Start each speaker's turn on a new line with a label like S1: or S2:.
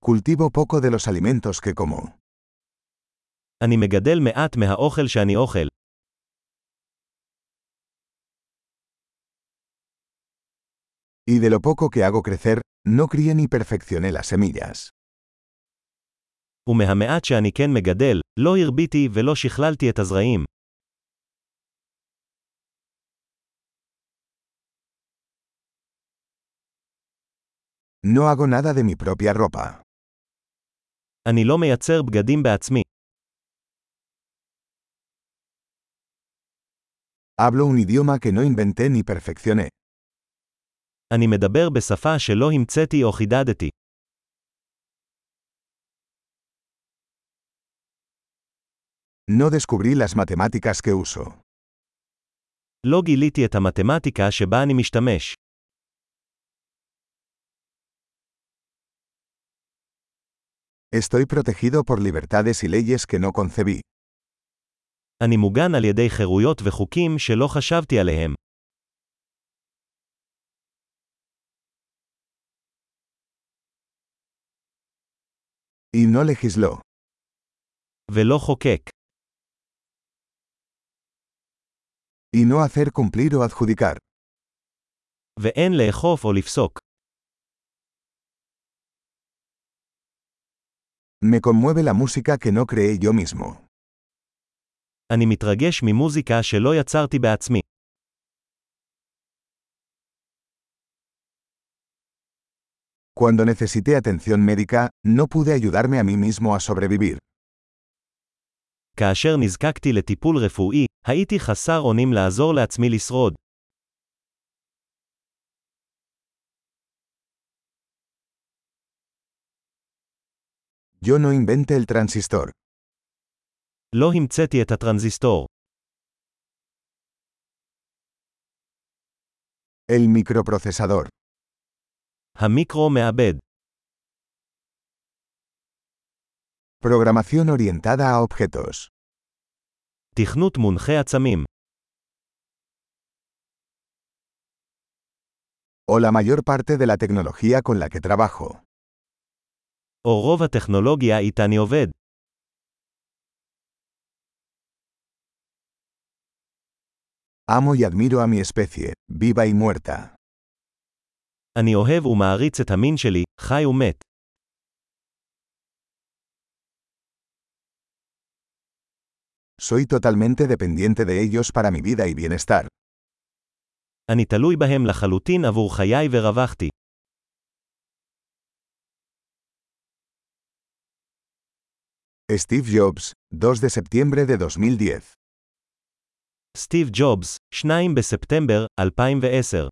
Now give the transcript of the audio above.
S1: Cultivo poco de los alimentos que como.
S2: אני מגדל מעט מהאוכל שאני אוכל.
S1: Y de lo poco que hago crecer, no crié ni perfeccioné las semillas.
S2: ומהמעט שאני כן מגדל, לא הרביתי ולא שכללתי את הזרעים.
S1: No hago nada de mi propia ropa.
S2: אני לא מייצר בגדים בעצמי.
S1: Hablo un idioma que no inventé ni perfeccioné.
S2: אני מדבר בשפה שלא המצאתי או חידדתי.
S1: No descubrí las matemáticas que uso.
S2: לא גיליתי את המתמטיקה שבה אני משתמש.
S1: Estoy protegido por libertades y leyes que no concebí.
S2: אני מוגן על ידי חירויות וחוקים שלא חשבתי עליהם.
S1: Y no legisló.
S2: ולא חוקק.
S1: Y no hacer cumplir o adjudicar.
S2: ואין לאכוף או לפסוק.
S1: Me conmueve la música que no creé yo mismo.
S2: אני מתרגש ממוזיקה שלא יצרתי בעצמי.
S1: Cuando necesité atención médica, no pude ayudarme a mí mismo a sobrevivir.
S2: כאשר נזקקתי לטיפול רפואי, הייתי חסר אונים לעזור לעצמי לשרוד.
S1: Yo no inventé el transistor.
S2: לא המצאתי את הטרנזיסטור.
S1: El microprocesador.
S2: המיקרו מעבד.
S1: Programación orientada a objetos.
S2: תכנות מונחה עצמים.
S1: O la mayor parte de la tecnología con la que trabajo.
S2: או רוב הטכנולוגיה איתה אני עובד.
S1: Amo y admiro a mi especie, viva y muerta.
S2: אני אוהב ומעריץ את המין שלי, חי ומת.
S1: Soy totalmente dependiente de ellos para mi vida y bienestar.
S2: אני תלוי בהם לחלוטין עבור חיי ורווחתי.
S1: Steve Jobs, 2 de septiembre de 2010.
S2: סטיב ג'ובס, 2 בספטמבר, 2010